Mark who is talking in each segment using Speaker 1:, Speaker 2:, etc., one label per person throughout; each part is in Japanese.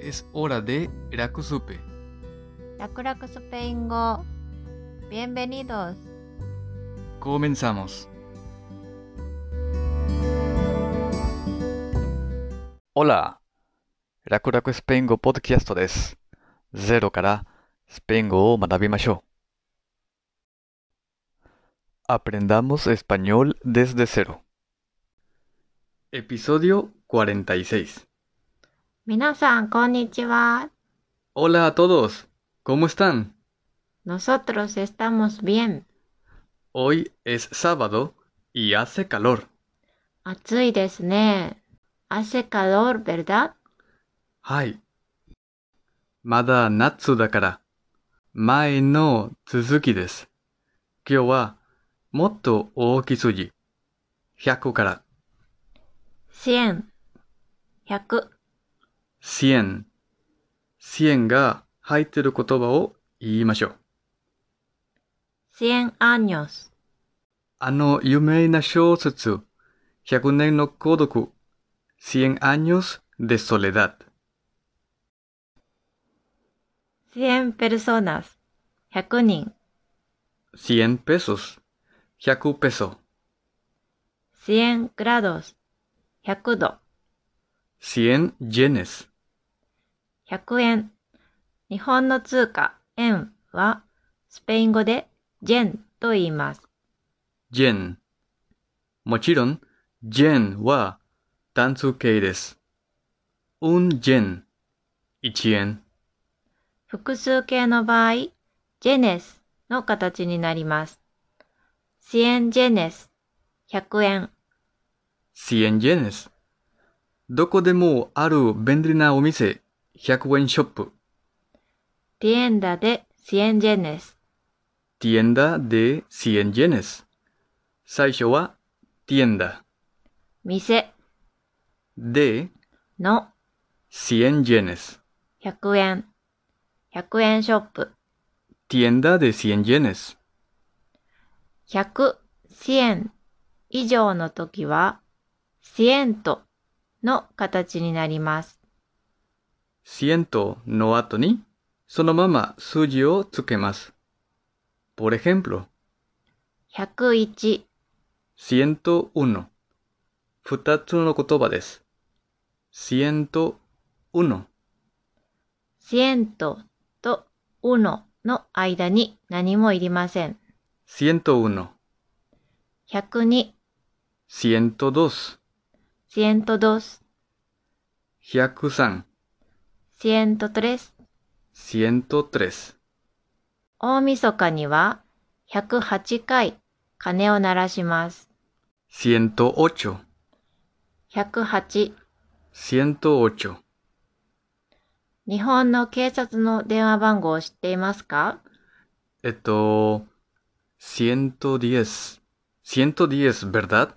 Speaker 1: Es hora de Rakusupe.
Speaker 2: 楽々スペイン語 Bienvenidos
Speaker 1: Comenzamos. Hola! ラクラクスペイン語ポッドキャストです。ゼロからスペイン語を学びましょう。Aprendamos español desde cero. Episodio 46.
Speaker 2: 皆さんこんにちは
Speaker 1: Hola a todos. ¿Cómo están?
Speaker 2: Nosotros estamos bien
Speaker 1: Hoy es sábado y hace calor.
Speaker 2: 暑いですね Hace calor, ¿verdad?
Speaker 1: はい。まだ夏だから、前の続きです。今日は、もっと大きすぎ。100から
Speaker 2: 100 100
Speaker 1: 1000。1000が入ってる言葉を言いましょう。
Speaker 2: 100 años
Speaker 1: あの有名な小説、100年の孤独、100 años de soledad。
Speaker 2: 100 personas 100人
Speaker 1: 100 pesos。100 peso。
Speaker 2: 100 grados 100度
Speaker 1: 100 yenes。
Speaker 2: 100円日本の通貨円はスペイン語でジェンと言います
Speaker 1: yen。もちろん、yen は単数形です。un yen。1円。
Speaker 2: 複数形の場合、ジェネスの形になります。支援ジェネス、100円。
Speaker 1: 100 yenes。どこでもある便利なお店、100円ショップ、
Speaker 2: ティエンダで支援ジェネス。
Speaker 1: tienda de 100 yenes。最初は tienda
Speaker 2: 店
Speaker 1: de
Speaker 2: の
Speaker 1: 100 yenes。
Speaker 2: 100円。100円ショップ。
Speaker 1: tienda de 100 yenes。
Speaker 2: 100、支援以上の時は、シエントの形になります。
Speaker 1: ciento の後に、そのまま数字をつけます。por ejemplo,
Speaker 2: 101、
Speaker 1: 101二つの言葉です。101
Speaker 2: シエントとウノの間に何もいりません。
Speaker 1: 101 102
Speaker 2: 102、シエントドス。
Speaker 1: 103
Speaker 2: 103
Speaker 1: 103
Speaker 2: 大晦日には108回鐘を鳴らします。
Speaker 1: 108
Speaker 2: 108
Speaker 1: 108
Speaker 2: 日本の警察の電話番号を知っていますか
Speaker 1: えっと、110 110 verdad?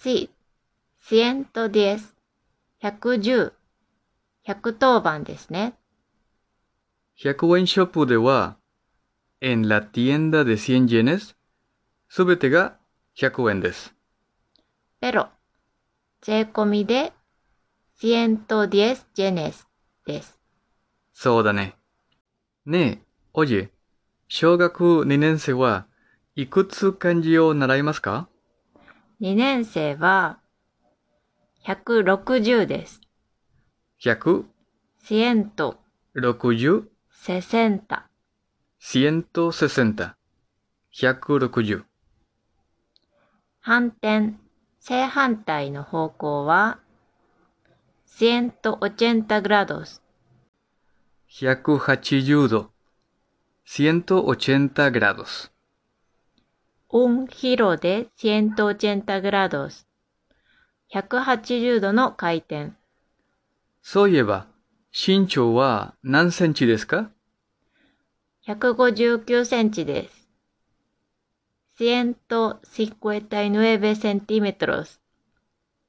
Speaker 2: ?C、110、110、110番ですね。
Speaker 1: 100円ショップでは、en la tienda de 100 yenes すべてが100円です。
Speaker 2: ペロ、税込みで110ジェネスです。
Speaker 1: そうだね。ねえ、おじ、小学2年生はいくつ漢字を習いますか
Speaker 2: 2年生は160です。シエント、
Speaker 1: ?160、
Speaker 2: セセンタ。
Speaker 1: 160、160。
Speaker 2: 反転、正反対の方向は、180 grados、
Speaker 1: 180度。180 grados。
Speaker 2: un giro de 180 grados、180度の回転、
Speaker 1: そういえば、身長は何センチですか
Speaker 2: 159センチです。159 centímetros、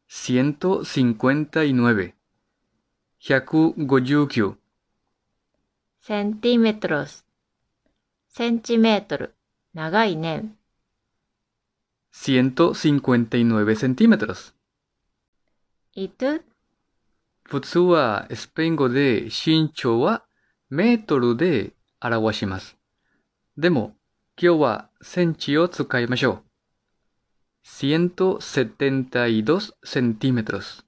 Speaker 1: 159。159。
Speaker 2: centímetros、センチメートル、長いね。
Speaker 1: 159 centímetros.
Speaker 2: ¿Y tú?
Speaker 1: 普通はスペイン語で身長はメートルで表します。でも、今日はセンチを使いましょう。172 centímetros。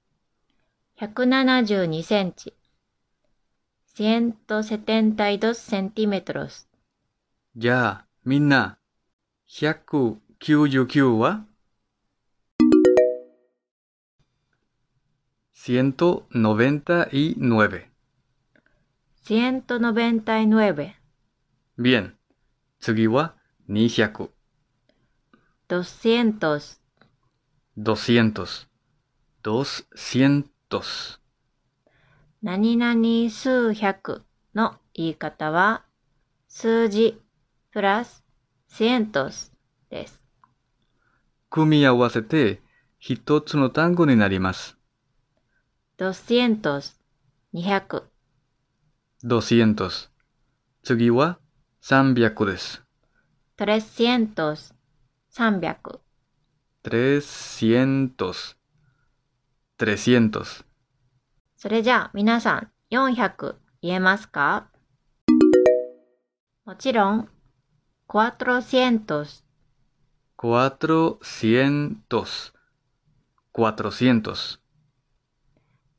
Speaker 2: 172センチ。172 centímetros。
Speaker 1: じゃあ、みんな、199は ?199。
Speaker 2: 199.
Speaker 1: Bien. 次は200、
Speaker 2: 200.
Speaker 1: 200、200。
Speaker 2: 何々数百の言い方は、数字プラス cientos です。
Speaker 1: 組み合わせて一つの単語になります。
Speaker 2: 200, 200,
Speaker 1: 200。次は300です。
Speaker 2: 300, 300,
Speaker 1: 300。300。
Speaker 2: それじゃあ皆さん400言えますかもちろん、400,
Speaker 1: 400。400。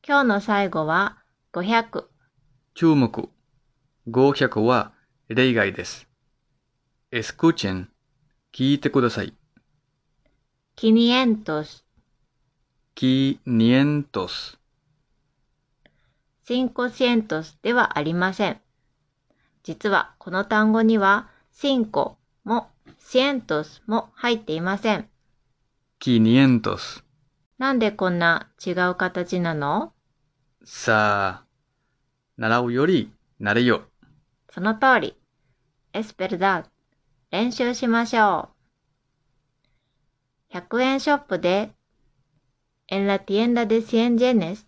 Speaker 2: 今日の最後は500、
Speaker 1: 注目。500は例外です。escuchen 聞いてください。
Speaker 2: 500,
Speaker 1: 500
Speaker 2: 500ではありません。実はこの単語には5も cientos も入っていません。
Speaker 1: 500
Speaker 2: なんでこんな違う形なの
Speaker 1: さあ、習うより慣れよ。
Speaker 2: その通り。エスペルダー。練習しましょう。100円ショップで、en la tienda de 100 yenes。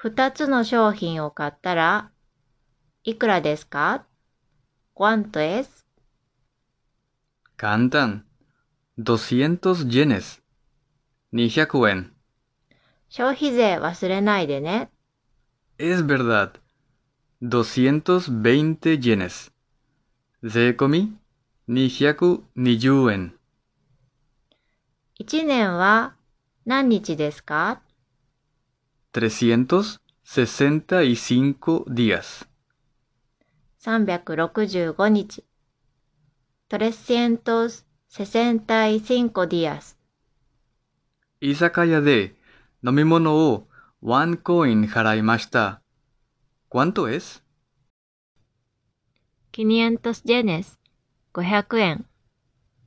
Speaker 2: 2つの商品を買ったら、いくらですか ?cuánto es?
Speaker 1: 簡単。200 yenes。200円。
Speaker 2: 消費税忘れないでね。
Speaker 1: Es verdad. 220 yenes. 税込み220円。
Speaker 2: 1年は何日ですか
Speaker 1: 365 días.
Speaker 2: ?365 日。365 días。
Speaker 1: 居酒屋で飲み物をワンコイン払いました。¿Cuánto es?
Speaker 2: 500 yenes。500円。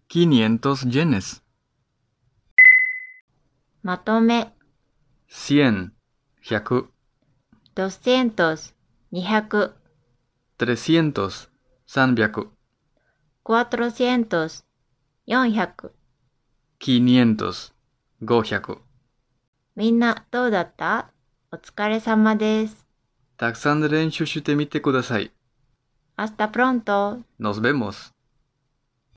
Speaker 1: 500 yenes.
Speaker 2: まとめ。
Speaker 1: 100, 100,
Speaker 2: 200、200、
Speaker 1: 300, 300,
Speaker 2: 400、400。
Speaker 1: 500, 500.
Speaker 2: みんなどうだったお疲れ様です。
Speaker 1: たくさん練習してみてください。
Speaker 2: 明日プロント。
Speaker 1: Nos vemos.